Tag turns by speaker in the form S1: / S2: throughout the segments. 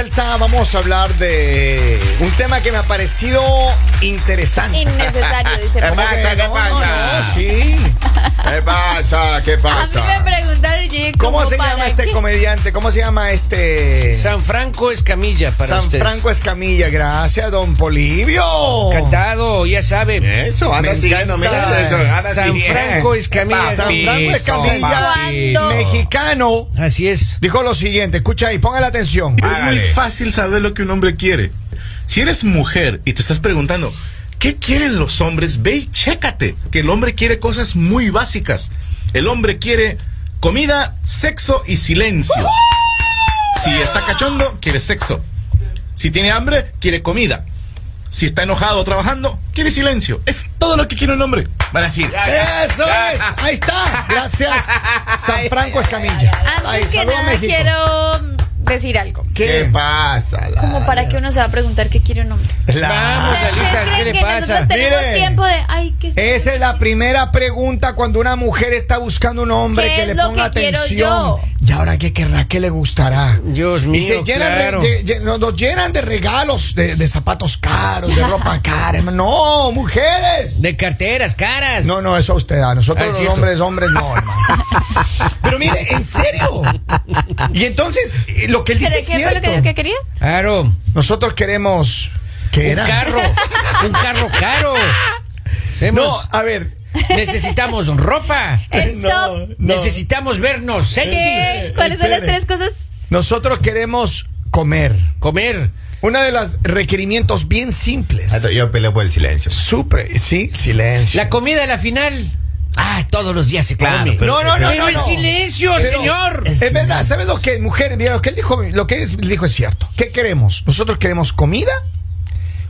S1: esta vamos a hablar de un tema que me ha parecido interesante.
S2: Innecesario, dice
S3: ¿Qué
S2: Pablo.
S3: pasa? ¿Qué
S1: No,
S3: pasa?
S1: no, no, sí.
S3: ¿Qué pasa? ¿Qué
S2: A mí me
S3: pasa?
S2: preguntaron, y llegué
S1: ¿Cómo
S2: como
S1: se
S2: para
S1: llama este
S2: qué.
S1: comediante? ¿Cómo se llama este?
S4: San Franco Escamilla para
S1: San
S4: ustedes.
S1: Franco Escamilla. Gracias, don Polivio.
S4: Cantado, ya sabe.
S3: Eso, anda
S1: Me
S3: siguiendo,
S1: encanta.
S3: mira eso, anda
S4: San
S3: siguiendo.
S4: Franco Escamilla.
S1: San Franco Escamilla,
S2: papito.
S1: mexicano,
S4: Así es.
S1: dijo lo siguiente. Escucha ahí, ponga la atención.
S3: Ah.
S5: Es muy
S3: Hágale.
S5: fácil saber lo que un hombre quiere. Si eres mujer y te estás preguntando, ¿qué quieren los hombres? Ve y chécate, que el hombre quiere cosas muy básicas. El hombre quiere comida, sexo y silencio. Si está cachondo, quiere sexo. Si tiene hambre, quiere comida. Si está enojado o trabajando, quiere silencio. Es todo lo que quiere un hombre. Van a decir,
S1: Eso es, ahí está, gracias. San Franco Escamilla. Ahí,
S2: Antes que
S1: saluda a
S2: nada,
S1: México.
S2: quiero mm, decir algo.
S3: ¿Qué
S1: ¿Qué?
S3: pasa? la-
S2: Como para que uno se va a preguntar qué quiere un hombre.
S1: La-
S4: Vamos, Lalita, ¿qué
S2: creen
S4: le
S2: que
S4: pasa?
S2: nosotros tenemos
S1: Miren.
S2: tiempo de. Ay, ¿qué
S1: Esa es la primera pregunta cuando una mujer está buscando un hombre
S2: ¿Qué
S1: que
S2: es
S1: le
S2: lo
S1: ponga
S2: que quiero
S1: atención.
S2: yo?
S1: Y ahora qué querrá, qué le gustará.
S4: Dios
S1: y
S4: mío,
S1: se llenan, de-
S4: claro.
S1: de- de- nos, nos llenan de regalos, de, de zapatos caros, de ropa cara. No, mujeres.
S4: De carteras, caras.
S1: No, no, eso a usted, a nosotros
S4: Ah, es
S1: los
S4: cierto.
S1: hombres, hombres no. hermano. Pero mire, en serio. Y entonces, eh, lo que él dice
S2: ¿Cree
S1: es
S2: que fue lo
S1: cierto.
S2: que dijo que quería?
S4: Claro.
S1: Nosotros queremos que
S4: Un
S1: era.
S4: carro. Un carro caro.
S1: No,
S4: Hemos-
S1: a ver.
S4: Necesitamos ropa.
S2: Stop.
S1: No.
S4: Necesitamos vernos
S2: ¿Qué?
S4: sexys.
S2: ¿Cuáles son las
S1: Espere.
S2: tres cosas?
S1: Nosotros queremos comer.
S4: Comer.
S1: Una de los requerimientos bien simples.
S5: "Eh".
S3: Ah, Yo peleo por el silencio.
S1: Supre, sí, silencio.
S4: La comida a la final. Ah, todos los días se
S3: Claro,
S4: come.
S3: pero-
S1: No, no, no,
S4: Pero
S1: no,
S4: el
S1: no.
S4: silencio,
S1: Pero-
S4: señor.
S1: Es verdad, ¿sabes lo que, mujer? Mira, lo que él dijo, lo que él dijo es cierto. ¿Qué queremos? Nosotros queremos comida.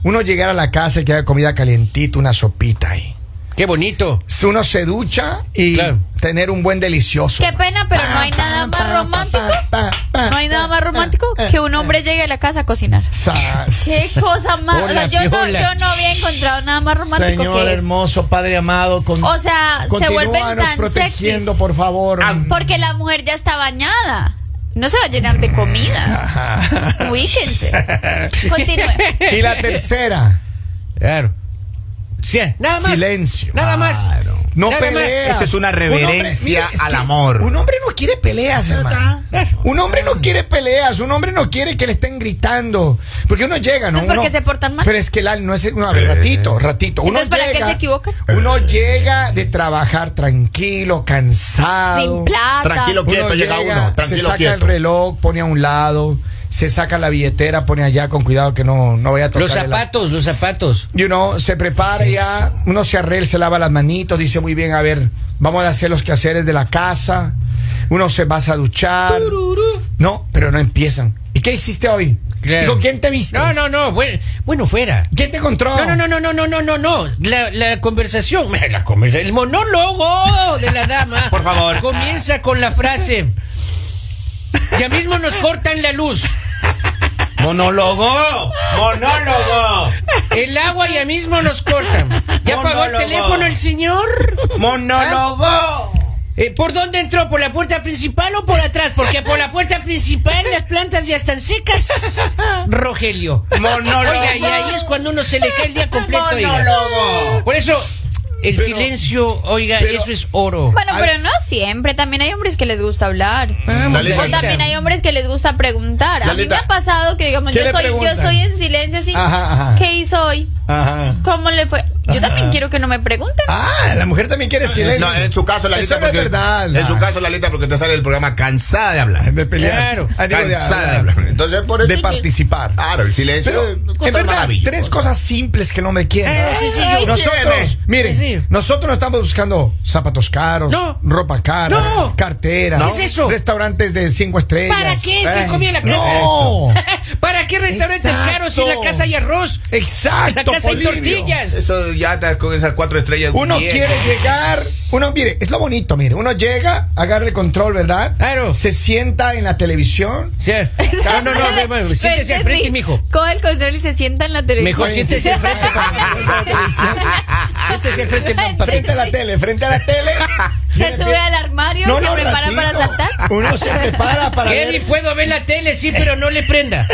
S1: Uno llegar a la casa y que haya comida calientita, una sopita ahí.
S4: Qué bonito.
S1: Uno se ducha y
S4: Claro.
S1: tener un buen delicioso.
S2: Qué pena, pero no hay
S1: Pa, pa,
S2: nada más
S1: pa,
S2: romántico.
S1: pa, pa,
S2: No hay nada
S1: pa,
S2: más
S1: pa,
S2: romántico
S1: pa,
S2: que un
S1: pa.
S2: hombre llegue a la casa a cocinar.
S1: Sas.
S2: Qué cosa más. O sea,
S1: Hola,
S2: yo no,
S4: Viola.
S2: yo no había encontrado nada más romántico
S1: Señor
S2: que eso.
S1: hermoso, Padre amado, con,
S2: O sea, se vuelven
S1: continúanos
S2: tan
S1: protegiendo,
S2: sexys.
S1: por favor.
S4: Ah,
S2: Porque la mujer ya está bañada. No se va a llenar de comida. Ubíquense. Continúe.
S1: Y la tercera,
S4: Claro. Sí, nada más.
S1: silencio.
S4: Nada más.
S3: Claro.
S1: No
S4: Nada más.
S1: peleas.
S3: Eso es una
S1: Un hombre-
S3: reverencia
S1: es
S3: al
S1: que
S3: amor.
S1: Un hombre no quiere peleas, hermano. Un hombre no quiere peleas. Un hombre no quiere que le estén gritando. Porque uno llega, ¿no?
S2: Entonces, ¿por
S1: Uno-
S2: qué se portan mal?
S1: Pero es que la, no es. No, a ver,
S3: Eh.
S1: ratito, ratito. Uno
S2: Entonces, ¿para qué
S1: llega-
S2: se equivocan?
S1: Uno llega de trabajar tranquilo, cansado.
S2: Sin plata.
S3: Tranquilo,
S1: Uno
S3: quieto, llega uno.
S1: se
S3: Tranquilo,
S1: saca el
S3: quieto.
S1: reloj, pone a un lado, se saca la billetera, pone allá con cuidado que no, no vaya a tocar.
S4: Los
S1: el-
S4: zapatos, los zapatos.
S1: y uno se prepara ya, uno se arregla, se lava las manitos, dice muy bien, a ver, vamos a hacer los quehaceres de la casa, uno se va a duchar. No, pero no empiezan. ¿Y qué hiciste hoy?
S4: Claro.
S1: Digo, ¿quién te viste?
S4: No, no, no. Bueno, bueno, fuera.
S1: ¿Quién te encontró?
S4: No, no, no, no, no, no, no, no, no. La, la conversación, la conversa, el monólogo de la dama.
S3: Por favor.
S4: Comienza con la frase. Ya mismo nos cortan la luz.
S3: ¡Monólogo! ¡Monólogo!
S4: El agua ya mismo nos cortan. ¿Ya pagó el
S3: Monólogo.
S4: teléfono el señor?
S3: ¡Monólogo!
S4: Eh, ¿Por dónde entró? ¿Por la puerta principal o por atrás? Porque por la puerta principal las plantas ya están secas. Rogelio.
S3: Monólogo.
S4: Oiga, y ahí es cuando uno se le cae el día completo. oiga.
S3: Monólogo.
S4: Por eso, el silencio, oiga, eso es oro.
S2: Bueno, pero no siempre. También hay hombres que les gusta hablar.
S1: Mm.
S4: Vamos,
S3: Lalita.
S2: O
S4: Lalita.
S2: también hay hombres que les gusta preguntar. A mí me
S3: Lalita.
S2: ha pasado que, digamos,
S1: ¿Qué
S2: yo
S1: le
S2: estoy, yo
S1: preguntan?
S2: estoy en silencio así.
S1: Ajá, ajá.
S2: ¿Qué hizo hoy?
S1: Ajá.
S2: ¿Cómo le fue? Yo también quiero que no me pregunten.
S1: Ah, la mujer también quiere silencio.
S3: No, en su caso,
S1: Eso
S3: Lalita,
S1: no es
S3: porque.
S1: verdad.
S3: En su caso, Lalita, porque te sale del programa cansada de hablar.
S1: De pelear.
S4: Claro.
S1: Ah, digo, de
S3: Cansada de
S1: hablar.
S3: hablar. Entonces, por eso.
S1: De
S3: que-
S1: participar.
S3: Claro, el silencio.
S1: Pero, en
S3: cosas
S1: verdad, tres
S3: maravillosas.
S1: cosas simples que el hombre quiere.
S4: Eh, sí, sí, yo-
S1: nosotros,
S3: quiere.
S1: miren,
S4: Sí.
S1: nosotros no estamos buscando zapatos caros,
S4: No.
S1: ropa cara,
S4: No.
S1: carteras,
S4: ¿Qué es eso?
S1: restaurantes de cinco estrellas.
S4: ¿Para qué se
S1: Ay,
S4: comía la casa?
S1: No.
S4: ¿Para qué restaurantes
S1: Exacto. Eh,
S4: caros si en la casa hay arroz? En
S1: Exacto.
S4: la casa hay
S1: Polibio.
S4: tortillas.
S3: Eso ya está con esas cuatro estrellas.
S1: Uno
S3: bien. Ah.
S1: quiere llegar, uno, mire, es lo bonito, mire, uno llega, agarra el control, ¿verdad?
S4: Claro.
S1: Se sienta en la televisión,
S4: Cierto. No, no, no, no, no, siéntese al frente,
S2: Sí.
S4: mijo.
S2: Coge el control y se sienta en la televisión.
S4: Mejor siéntese al frente.
S1: para que vea la televisión.
S4: Este es el frente pan, papito.
S1: Frente a la tele, frente a la tele.
S2: Se sube al armario y se prepara para
S1: ratito.
S2: saltar.
S1: Uno se prepara para
S4: Kevin,
S1: ver.
S4: puedo ver la tele, sí, pero no le prenda.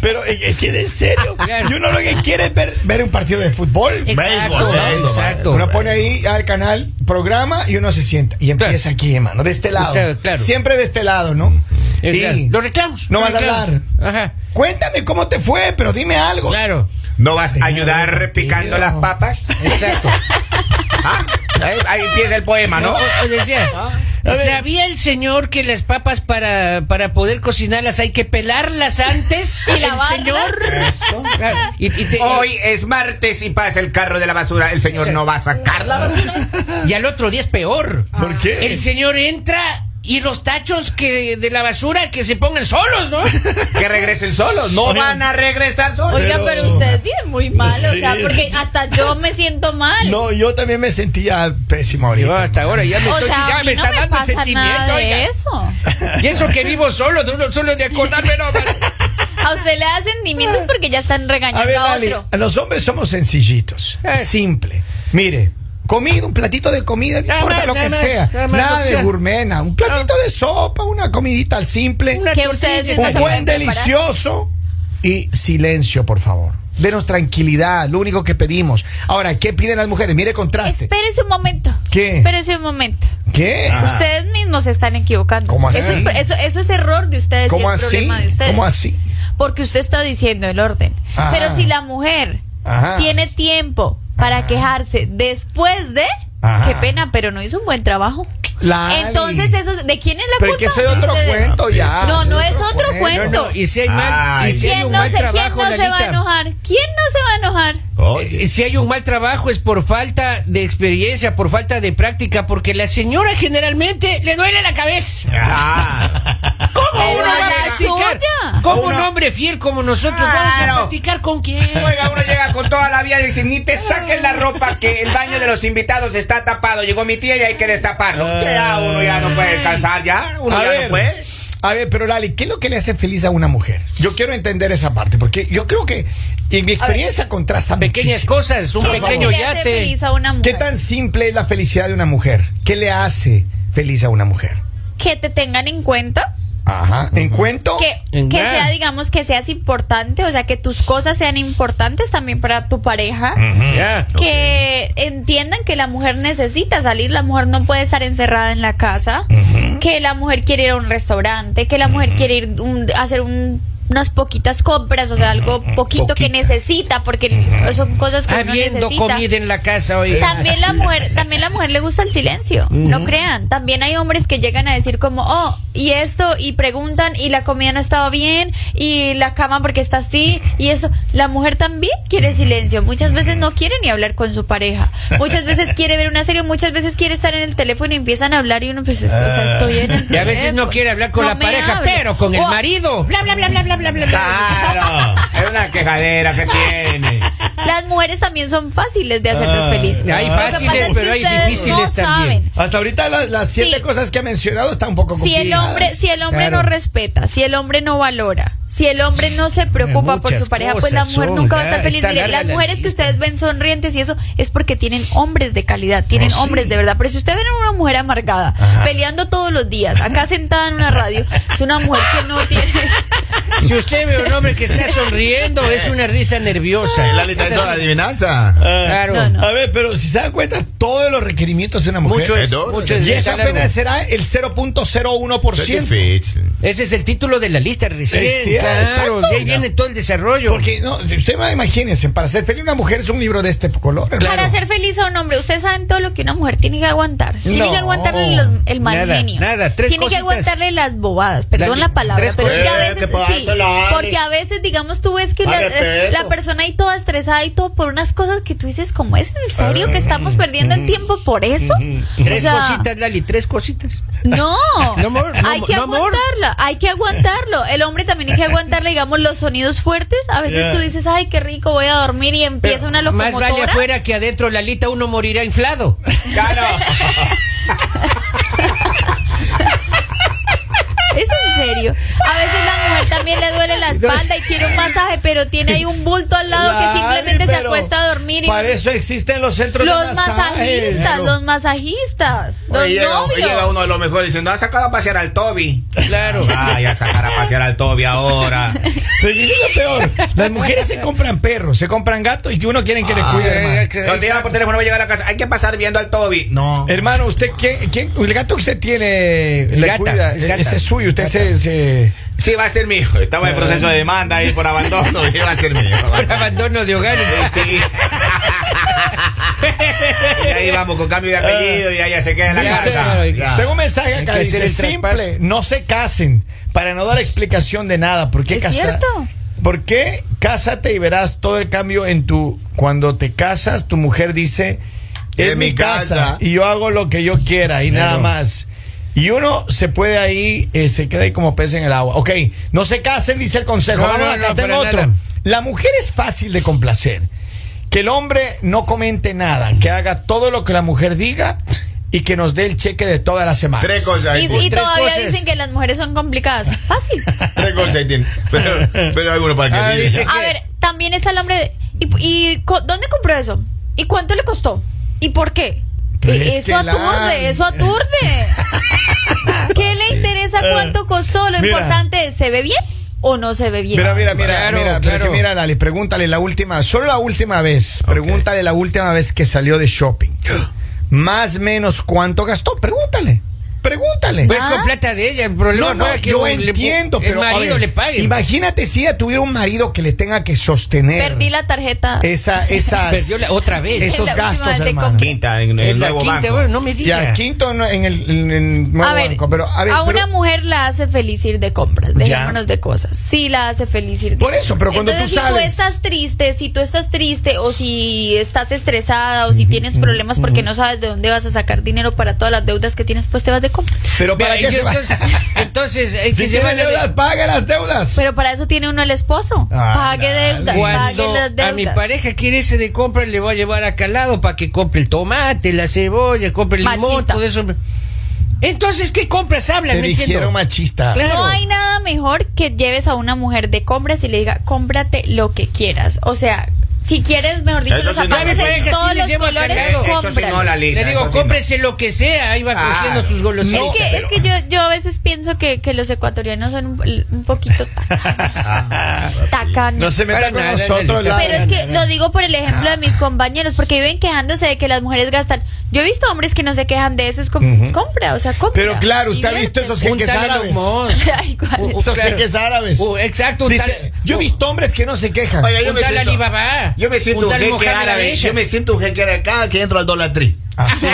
S1: Pero es es que en serio.
S4: Claro.
S1: Y uno lo que quiere es ver, ver un partido de fútbol.
S4: Exacto,
S3: Béisbol, béisbol.
S4: exacto.
S1: Uno pone ahí al canal, programa y uno se sienta. Y empieza
S4: Claro.
S1: aquí, hermano, de este lado.
S4: O sea, claro. Eh,
S1: Siempre de este lado, ¿no?
S4: Exacto.
S1: Y-
S4: Los reclamos.
S1: No
S4: los
S1: vas a
S4: reclamos.
S1: hablar.
S4: Ajá.
S1: Cuéntame cómo te fue, pero dime algo.
S4: Claro,
S3: ¿No vas a
S1: Señor,
S3: ayudar picando
S1: tío.
S3: las papas?
S4: exacto.
S3: ¿Ah? Ahí, ahí empieza el poema,
S4: ¿No?
S3: ¿no?
S1: eh,
S4: O, o oh, decía, ¿sabía el señor que las papas para, para poder cocinarlas hay que pelarlas antes?
S2: ¿Y
S4: el
S2: lavarlas?
S4: señor. Claro, Y, y te-
S3: Hoy es martes y pasa el carro de la basura. El señor no va a sacar la basura.
S4: y al otro día es peor.
S1: ¿Por qué?
S4: El señor entra y los tachos que de la basura que se pongan solos, ¿no?
S3: Que regresen solos. No van a regresar solos.
S2: Oiga, pero, usted es bien muy mal, o sea,
S1: Sí.
S2: porque hasta yo me siento mal.
S1: No, yo también me sentía pésimo
S4: Yo
S1: ahorita.
S4: hasta ahora ya me
S2: o
S4: estoy
S2: sea,
S4: ya
S2: a
S4: me
S2: mí no
S4: está
S2: me
S4: dando el
S2: pasa nada
S4: sentimiento,
S2: de
S4: oiga.
S2: eso.
S4: Y eso que vivo solo, de uno solo de acordarme, no.
S2: A usted le da sentimientos porque ya están
S1: A
S2: regañando
S1: ver,
S2: a,
S1: Ali,
S2: otro.
S1: los hombres somos sencillitos,
S4: Eh.
S1: simple. Mire, comida, un platito de comida, no
S4: Nada
S1: importa
S4: más,
S1: lo que
S4: nada más,
S1: sea,
S4: nada más
S1: nada
S4: lo que
S1: de
S4: sea.
S1: gourmena, un platito de sopa, una comidita al simple,
S4: Una
S2: Que ustedes
S4: tortilla.
S2: mismos se
S1: un buen
S2: pueden preparar.
S1: delicioso y silencio, por favor. Denos tranquilidad, lo único que pedimos. Ahora, ¿qué piden las mujeres? Mire contraste.
S2: Espérense un momento.
S1: ¿Qué?
S2: Espérense un momento.
S1: ¿Qué?
S2: Ustedes mismos se están equivocando.
S1: ¿Cómo así?
S2: Eso es, eso, eso es error de ustedes. y
S1: ¿Cómo
S2: es
S1: así?
S2: problema de ustedes.
S1: ¿Cómo así?
S2: Porque usted está diciendo el orden.
S1: Ajá.
S2: Pero si la mujer
S1: Ajá.
S2: tiene tiempo para quejarse después de.
S1: Ajá.
S2: Qué pena, pero no hizo un buen trabajo.
S1: La Ali.
S2: Entonces, eso, ¿de quién es la
S1: Pero es
S2: culpa?
S1: que eso es
S2: De
S1: otro
S2: ustedes.
S1: cuento ya.
S2: No,
S1: eso
S2: no es otro
S4: No,
S2: cuento.
S4: no, y si hay mal,
S3: Ay.
S4: y si hay
S2: ¿Quién
S4: un
S2: no,
S4: mal
S2: se,
S4: trabajo,
S2: quién no se va a
S4: Lalita?
S2: enojar? ¿Quién no se va a enojar?
S4: Eh, Si hay un mal trabajo es por falta de experiencia, por falta de práctica, porque la señora generalmente le duele la cabeza. ¿Cómo
S2: Pero
S4: uno va
S2: la
S4: a practicar?
S2: suya.
S4: ¿Cómo un
S3: Uno-
S4: hombre fiel como nosotros vamos a
S3: Claro.
S4: practicar con quién?
S3: Oiga, uno llega con toda la vida y dice, ni te saquen la ropa que el baño de los invitados está tapado. Llegó mi tía y hay que destaparlo. Ya uno ya no puede descansar, ya. Uno
S1: a
S3: ya
S1: ver,
S3: no puede.
S1: A ver, pero Lali, ¿qué es lo que le hace feliz a una mujer? Yo quiero entender esa parte, porque yo creo que en mi experiencia contrasta
S4: Pequeñas
S1: muchísimo.
S4: cosas, un
S2: ¿Qué
S4: pequeño
S2: le hace
S4: yate.
S2: feliz a una
S1: ¿Qué
S2: mujer?
S1: tan simple es la felicidad de una mujer? ¿Qué le hace feliz a una mujer?
S2: Que te tengan en cuenta.
S1: Ajá. ¿En cuento?
S2: Que,
S4: En
S2: que
S4: nada.
S2: sea, digamos, que seas importante, o sea, que tus cosas sean importantes también para tu pareja.
S4: Ya.
S2: Mm. Que entiendan que la mujer necesita salir, la mujer no puede estar encerrada en la casa, que la mujer quiere ir a un restaurante, que la mujer quiere ir un- a hacer un- unas poquitas compras, o sea, algo poquito que necesita, porque son cosas que uno
S4: Habiendo
S2: necesita.
S4: Ah, comida en la casa hoy.
S2: También la mujer, también la mujer le gusta el silencio. No crean. También hay hombres que llegan a decir como, oh, y esto, y preguntan, y la comida no estaba bien, y la cama porque está así, y eso. La mujer también quiere silencio. Muchas veces no quiere ni hablar con su pareja. Muchas veces quiere ver una serie, muchas veces quiere estar en el teléfono y empiezan a hablar y uno pues, esto, o sea, estoy en el
S4: Ah. Y a veces no
S2: teléfono.
S4: quiere hablar con
S2: No
S4: la
S2: me
S4: pareja,
S2: hable.
S4: pero con el
S2: O-
S4: marido. Ah.
S2: Bla, bla, bla, bla, bla, bla, bla, bla.
S3: Claro. Es una quejadera que tiene.
S2: Las mujeres también son fáciles de hacerlas felices.
S4: Ah. Hay
S2: Lo que pasa
S4: fáciles,
S2: es que
S4: pero hay
S2: ustedes
S4: difíciles
S2: no
S4: también.
S2: saben.
S1: Hasta ahorita las, las siete
S2: Sí.
S1: cosas que ha mencionado está un poco
S2: si el
S1: complicadas.
S2: hombre si el hombre
S4: Claro.
S2: no respeta si el hombre no valora si el hombre no se preocupa por
S4: muchas
S2: su pareja pues la
S4: cosas
S2: mujer
S4: son,
S2: nunca va a
S4: ya,
S2: estar feliz
S4: está
S2: Miren,
S4: larga
S2: las
S4: la
S2: mujeres que
S4: lista.
S2: ustedes ven sonrientes y eso es porque tienen hombres de calidad tienen
S4: Oh,
S2: hombres de verdad pero si usted ven a una mujer amargada peleando todos los días acá sentada en una radio es una mujer que no tiene
S4: Si usted ve a un hombre que está sonriendo, es una risa nerviosa.
S3: la adivinanza.
S4: Claro.
S2: No, no.
S1: A ver, pero si se dan cuenta, todos los requerimientos de una mujer.
S4: Mucho es,
S3: Perdón.
S4: mucho es
S1: y eso
S4: está largo.
S1: apenas será el 0.01%.
S4: Ese es el título de la lista recién.
S1: Es cierto,
S4: claro,
S1: exacto.
S4: de ahí viene todo el desarrollo.
S1: Porque, no, usted imagínense, para ser feliz una mujer es un libro de este color. hermano.
S2: para ser feliz a un hombre ustedes saben todo lo que una mujer tiene que aguantar tiene
S1: No.
S2: que aguantarle los- el mal
S4: Nada,
S2: genio
S4: nada, tres
S2: tiene
S4: cositas.
S2: que aguantarle las bobadas perdón
S4: La-
S2: la, palabra
S4: tres
S2: pero es que a
S3: cositas.
S2: veces
S3: Eh, Te
S2: sí
S3: pasaste, la Ale.
S2: porque a veces digamos tú ves que
S3: Al
S2: la, eh,
S3: respeto.
S2: la persona ahí toda estresada y todo por unas cosas que tú dices como es en serio que estamos perdiendo el tiempo por eso O
S4: Tres
S2: sea,
S4: cositas, Lali, tres cositas.
S2: no,
S4: No, amor, no,
S2: hay que
S4: no, amor.
S2: aguantarla, hay que aguantarlo. El hombre también hay que aguantarle, digamos, los sonidos fuertes. A veces tú dices, ay, qué rico, voy a dormir y empieza una
S4: Más
S2: locomotora.
S4: vale afuera que adentro, Lalita, uno morirá inflado.
S3: Claro.
S2: Es en en serio. A veces la mujer también le duele la espalda y quiere un masaje, pero tiene ahí un bulto al lado que
S6: Ay,
S2: simplemente se
S6: pero
S2: acuesta a dormir y
S6: Para eso existen los centros de
S2: los
S6: masajes.
S2: masajistas, los masajistas, los
S3: Oye, llega, llega
S2: novios.
S3: uno de los mejores y dice, no ha sacado a pasear al Toby.
S4: Claro.
S3: Ay, a sacar a pasear al Toby ahora.
S6: Pero eso es lo peor.
S1: Las mujeres se compran perros, se compran gatos y que uno quieren
S4: Ah.
S1: que les cuide, Ah,
S4: eh,
S1: hermano.
S3: Donde llama por teléfono va a llegar a la casa. Hay que pasar viendo al Toby. No.
S1: Hermano, usted quién, quién- el gato que usted tiene, le
S4: gata,
S1: cuida,
S4: es
S1: ese
S4: gata.
S1: es suyo, usted se, se-
S3: Sí, va a ser mío. Estamos
S1: Eh.
S3: en proceso de demanda ahí por abandono. y va a ser mío.
S4: Por abandono de hogar.
S3: eh,
S2: ¿Ah?
S3: Sí. y ahí vamos con cambio de apellido y ella se queda en la
S4: Ya,
S3: casa.
S4: claro,
S3: Ya.
S1: Tengo un mensaje acá
S4: que hacer
S1: dice
S4: el traspaso.
S1: simple, no se casen para no dar explicación de nada, ¿por qué
S2: Es
S1: casar?
S2: cierto.
S1: ¿Por qué cásate y verás todo el cambio en tu cuando te casas, tu mujer dice, es
S3: Es
S1: mi,
S3: mi
S1: casa,
S3: casa.
S1: y yo hago lo que yo quiera y nada
S6: Claro.
S1: más. Y uno se puede ahí, eh, se queda ahí como pez en el agua. Ok, no se casen, dice el consejo.
S4: No,
S1: Vamos
S4: no,
S1: acá,
S4: no,
S1: tengo
S4: para
S1: otro.
S4: nada.
S1: La mujer es fácil de complacer. Que el hombre no comente nada, que haga todo lo que la mujer diga y que nos dé el cheque de toda la semana.
S5: Tres cosas. ahí
S2: Y,
S3: pues.
S5: tiene.
S2: y
S4: tres
S2: todavía
S4: cosas.
S2: dicen que las mujeres son complicadas. Fácil.
S5: Tres cosas ahí tiene. Pero, pero hay uno para que
S4: Ah,
S5: mire.
S4: dice-
S2: A ver, también está el hombre de. ¿Y, y co- dónde compró eso? ¿Y cuánto le costó? ¿Y por qué?
S1: Pero
S2: Y
S1: es
S2: eso
S1: que la-
S2: aturde, eso aturde. ¿Qué le interesa cuánto costó? Lo
S1: Mira.
S2: importante es, ¿se ve bien o no se ve bien?
S1: Mira, mira, mira,
S4: Claro,
S1: mira, pero
S4: claro.
S1: que mira, Lali, pregúntale la última, solo la última vez, pregúntale la última vez que salió de shopping. Más menos cuánto gastó, pregúntale. Pregúntale.
S4: Pues
S2: Ah.
S4: con plata de ella, el problema
S1: no, no,
S4: fue que
S1: yo
S4: le-
S1: entiendo,
S4: el
S1: pero a
S4: marido
S1: ver,
S4: le pague.
S1: Imagínate si ella tuviera un marido que le tenga que sostener
S2: Perdí la tarjeta.
S1: esa esas
S4: Perdió la otra vez.
S2: Es
S1: esos
S2: la última
S1: gastos,
S2: vez de
S1: hermano.
S2: comprar.
S3: Quinta, en
S4: Es
S3: el
S4: la
S3: nuevo
S4: quinta,
S3: banco.
S4: bueno, no me
S1: Ya,
S4: digas.
S1: quinto en en el, en el nuevo
S2: a ver,
S1: banco, pero a
S2: a,
S1: ver, pero-
S2: una mujer la hace feliz ir de compras, dejémonos de cosas. Sí la hace feliz ir de
S1: Por eso, pero cuando
S2: Entonces,
S1: tú
S2: si
S1: sales-
S2: tú estás triste, si tú estás triste o si estás estresada o si tienes problemas porque no sabes de dónde vas a sacar dinero para todas las deudas que tienes, pues te vas de compras.
S1: pero para
S4: Vea,
S1: qué
S4: yo
S1: se va?
S4: entonces, entonces eh, hay
S1: Si
S4: que
S1: tiene
S4: llevarle de-
S1: deudas, paga las deudas.
S2: Pero para eso tiene uno el esposo.
S1: Ah,
S2: pague deudas, pague
S4: Cuando
S2: las
S4: a mi
S2: deudas.
S4: pareja quiere irse de compra, le voy a llevar a calado para que compre el tomate, la cebolla, compre el limón,
S2: Machista.
S4: todo eso. Entonces, ¿qué compras hablan?
S1: te
S4: No entiendo.
S1: dijeron machista.
S4: Claro.
S2: No hay nada mejor que lleves a una mujer de compras y le diga, cómprate lo que quieras. O sea, si quieres, mejor dicho,
S3: Eso
S2: los
S3: sí no,
S2: zapatos
S4: mi
S2: en
S4: pareja sí
S2: todos
S4: le
S2: los
S4: llevo a
S2: colores,
S4: cargar.
S3: Eso sí
S2: cómprale.
S3: no, Lalita,
S4: Le digo,
S3: eso sí no.
S4: cómprese lo que sea, ahí va
S3: Claro.
S4: cogiendo sus golosinas.
S2: es que, es que yo, yo a veces pienso que, que los ecuatorianos son un, un poquito tacaños. Tacaños.
S1: No se
S4: Para
S1: meta con
S4: nada,
S1: nosotros,
S4: Lelita.
S1: la-
S2: Pero es que lo digo por el ejemplo de mis compañeros, porque viven quejándose de que las mujeres gastan. Yo he visto hombres que no se quejan de eso, es como, compra, o sea, compra.
S1: Pero claro, usted ha visto
S2: diviértete.
S1: esos
S4: Un
S1: jeques
S4: tal
S1: árabes.
S4: Mons.
S2: Ay, ¿cuál
S4: Un-
S2: es?
S4: un-
S1: Esos
S4: claro.
S1: jeques árabes.
S4: Uh, exacto, un
S1: Dice,
S4: tal-
S1: yo he
S4: un-
S1: visto hombres que no se quejan.
S3: Oiga, yo
S4: Un
S3: me
S4: tal
S3: siento-
S4: Alibaba.
S3: Yo me siento
S4: Un
S3: un
S4: tal
S3: jeque
S4: Mohamed
S3: árabe.
S4: Ali.
S3: Yo me siento un jeque árabe cada que entro al dólar tri.
S1: Así.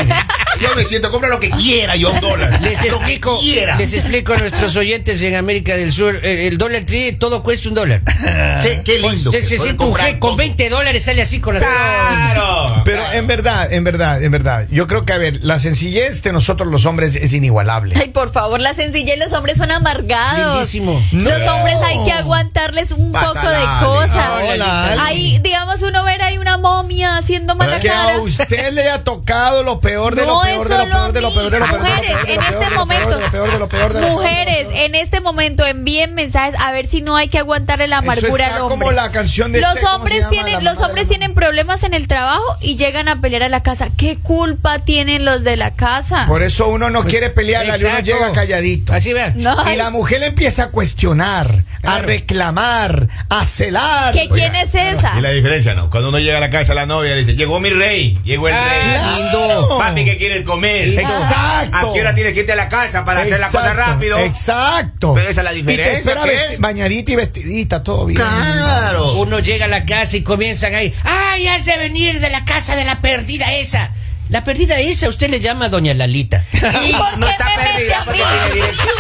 S3: Yo me siento, compra lo que quiera yo a un dólar.
S4: Les
S3: Lo que
S4: explico,
S3: quiera.
S4: les explico a nuestros oyentes en América del Sur, eh, el dólar tri, todo cuesta un dólar.
S3: Ah, Qué, qué lindo. que poder
S4: Necesito Pues, un
S3: comprar
S4: G con
S3: todo. Ah,
S4: 20 dólares, sale así con la...
S3: Claro.
S1: Pero en verdad, en verdad, en verdad. Yo creo que, a ver, la sencillez de nosotros los hombres es inigualable.
S2: Ay, por favor, la sencillez, los hombres son amargados.
S4: Lindísimo.
S2: Los hombres hay que aguantarles un
S3: Pásala,
S2: poco de
S3: Ale.
S2: cosas.
S1: Hola, Ale.
S2: Ahí, digamos, uno ver ahí una momia haciendo mala
S1: Que
S2: cara.
S1: a usted le ha tocado lo peor de lo
S2: No
S1: peor
S2: es
S1: de lo
S2: solo
S1: peor de lo
S2: mí.
S1: peor de lo peor. de lo
S2: Mujeres,
S1: peor, de
S2: en
S1: lo peor, de
S2: este
S1: lo peor,
S2: momento.
S1: de lo peor, de lo peor, de lo peor, de lo peor.
S2: Mujeres, en este momento envíen mensajes a ver si no hay que aguantarle la
S1: Eso
S2: amargura
S1: está
S2: al hombre.
S1: como la canción de
S2: los
S1: este, ¿cómo se
S2: hombres
S1: llama? La
S2: tienen, los
S1: mamá
S2: hombres
S1: de la-
S2: tienen problemas en el trabajo y llegan a pelear a la casa. ¿Qué culpa tienen los de la casa?
S1: Por eso uno no
S3: Pues,
S1: quiere pelear,
S4: pues, Exacto.
S1: uno llega calladito.
S4: Así vean.
S2: No.
S1: Y la mujer le empieza a cuestionar, a
S4: Claro.
S1: reclamar, a celar.
S2: ¿Que quién es esa?
S5: Y la diferencia, ¿no? Cuando uno llega a la casa, la novia le dice, llegó mi rey, llegó el
S4: Ah,
S5: rey.
S1: Claro.
S5: Papi, ¿qué quieres comer?
S1: Exacto.
S3: ¿A qué hora tienes que irte a la casa para hacer la cosa
S1: Exacto,
S3: rápido?
S1: Exacto.
S3: Pero esa es la diferencia,
S1: Y te espera
S3: ¿qué?
S1: vesti- bañadita y vestidita, todo bien.
S3: Claro.
S4: Uno llega a la casa y comienzan ahí. ¡Ay, has de venir de la casa de la perdida esa! La perdida esa usted le llama a Doña Lalita.
S2: ¿Y por
S3: Ah, No
S2: qué
S3: está
S2: me mete
S3: perdida
S2: a mí?
S3: porque tiene dirección.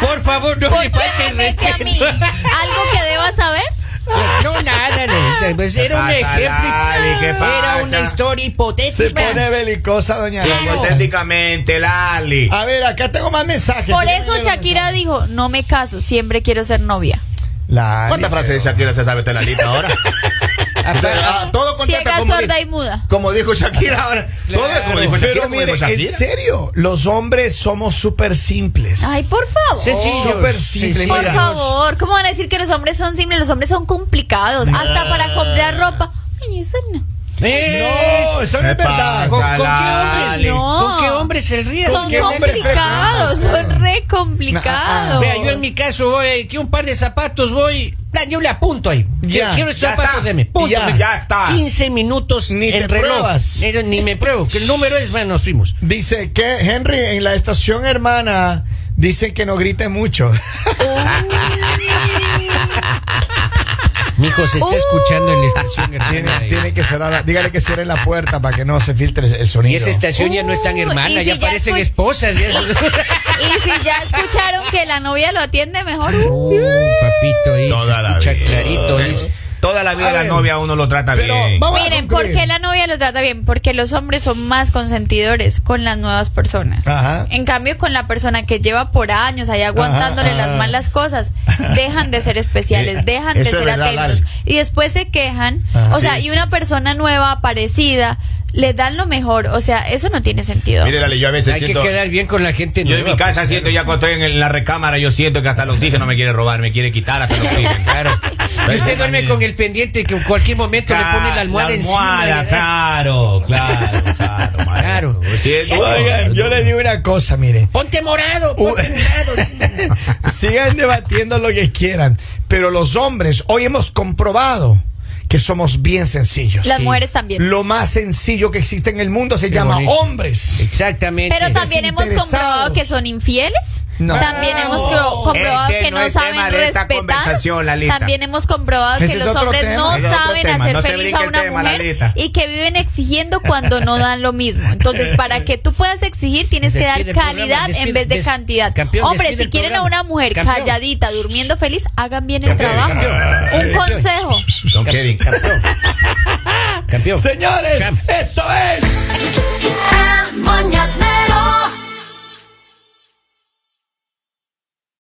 S4: Por favor, no
S2: ¿Por
S4: le
S2: qué
S4: falte
S2: me
S4: el
S2: mete a mí?
S4: respeto.
S2: ¿Algo que deba saber?
S4: No, nada, Lalita. Pues era un
S3: ¿Qué
S4: ejemplo.
S3: pasa, Lali? ¿Qué
S4: Era
S3: pasa?
S4: una historia
S1: Se
S4: hipotética.
S1: pone belicosa, doña
S4: Claro. Ah,
S1: Lali.
S3: Auténticamente, Lali.
S1: A ver, acá tengo más mensajes.
S2: Por
S1: Yo
S2: eso
S1: tengo
S2: Shakira dijo, no me caso, siempre quiero ser novia.
S1: Lali,
S5: ¿Cuántas frases de Shakira se sabe usted, Lalita, ahora?
S1: Entonces, ah, todo contrata
S2: Ciega,
S1: como, di-
S2: sorda y muda.
S1: como dijo Shakira ahora. Todo es como dijo Shakira.
S6: Pero
S1: como
S6: mire,
S1: dijo Shakira.
S6: en serio, los hombres somos súper simples.
S2: Ay, por favor.
S4: Sencillos,
S6: súper simple,
S4: sencillos.
S2: Por
S6: mira.
S2: favor, ¿cómo van a decir que los hombres son simples? Los hombres son complicados. Hasta para comprar ropa. Ay, eso no.
S4: Eh,
S6: No, eso no es
S1: ¿Qué
S6: verdad.
S1: pasa?
S4: ¿Con, con qué
S1: Dale.
S4: hombres?
S2: No.
S4: ¿Con qué hombres se ríen?
S2: Son
S1: qué hombres
S2: complicados,
S1: frecuentas?
S2: son re complicados.
S4: Vea, yo en mi caso voy, que un par de zapatos voy, plan, yo le apunto ahí.
S1: Ya,
S4: Quiero estos
S3: ya está.
S4: zapatos de mi punto.
S1: Ya.
S4: me-
S3: Ya está.
S4: 15 minutos
S1: Ni
S4: en
S1: te
S4: reloj.
S1: pruebas.
S4: Eh, Ni me pruebo, que el número es, bueno, nos fuimos.
S1: Dice que Henry en la estación hermana dicen que no grite mucho.
S4: Mi hijo se está escuchando en la estación. hermana,
S1: tiene,
S4: eh.
S1: tiene que cerrar, la- dígale que cierre la puerta para que no se filtre el sonido.
S4: Y esa estación ya no es tan
S2: Uy,
S4: hermana,
S2: y
S4: ya
S2: si ya
S4: parecen
S2: escu-
S4: esposas. ya es-
S2: Y si ya escucharon que la novia lo atiende mejor. uh.
S4: Uh, papito, ahí
S5: Toda
S4: se
S5: la
S4: escucha
S5: vida.
S4: clarito. dice.
S3: ¿eh? Toda la vida
S1: A
S3: la
S1: ver.
S3: novia uno lo trata
S1: Pero
S3: bien.
S1: vamos a
S2: Miren, ¿por
S1: concluir.
S2: qué la novia lo trata bien? Porque los hombres son más consentidores con las nuevas personas.
S1: Ajá.
S2: En cambio, con la persona que lleva por años ahí aguantándole
S1: Ajá, ajá.
S2: las malas cosas, dejan de ser especiales, dejan de
S1: eso es
S2: ser
S1: verdad,
S2: atentos.
S1: Lali.
S2: Y después se quejan.
S1: Ajá.
S2: o sea,
S1: Sí,
S2: y una persona nueva, parecida, le dan lo mejor. O sea, eso no tiene sentido.
S3: Mire, Lali, yo a veces
S4: Hay
S3: siento.
S4: que quedar bien con la gente
S3: Yo en
S4: nueva,
S3: mi casa
S4: pues,
S3: siento, ya cuando estoy en, en la recámara, yo siento que hasta el oxígeno me quiere robar, me quiere quitar hasta el oxígeno.
S4: Claro. Y usted duerme con el pendiente que en cualquier momento le pone la almohada,
S3: almohada,
S4: encima.
S3: claro, claro, claro.
S4: Claro.
S3: maestro. Siento-
S1: Oigan, yo le digo una cosa, mire.
S4: Ponte morado, ponte morado.
S1: Sigan debatiendo lo que quieran, pero los hombres hoy hemos comprobado que somos bien sencillos.
S2: Las mujeres también.
S1: Lo más sencillo que existe en el mundo se
S4: Qué
S1: llama
S4: bonito.
S1: hombres.
S4: Exactamente.
S2: Pero también hemos
S1: desinteresados.
S2: comprobado que son infieles.
S1: No.
S2: También
S1: No.
S2: hemos cro- comprobado
S3: Ese
S2: que
S3: no
S2: no
S3: es tema
S2: saben
S3: de esta
S2: respetar.
S3: conversación, Lalita.
S2: También hemos comprobado
S1: Ese es
S2: que los
S1: otro
S2: hombres
S1: tema.
S2: no
S3: Ese es otro
S2: saben
S3: tema.
S2: hacer
S3: No se
S2: feliz
S3: brinque
S2: a
S3: el
S2: una
S3: tema,
S2: mujer
S3: Lalita.
S2: y que viven exigiendo cuando no dan lo mismo. Entonces, para que tú puedas exigir, tienes que dar
S4: Despide el programa,
S2: calidad
S4: despide-
S2: en vez de
S4: des-
S2: cantidad.
S4: campeón,
S2: Hombre,
S4: despide
S2: si
S4: el
S2: quieren a
S4: programa.
S2: una mujer
S4: Campeón.
S2: calladita, durmiendo feliz, hagan bien el
S4: Campeón,
S2: trabajo.
S4: campeón.
S2: Un consejo.
S3: Don Kevin.
S4: Campeón.
S1: Señores,
S4: Cham.
S1: esto es.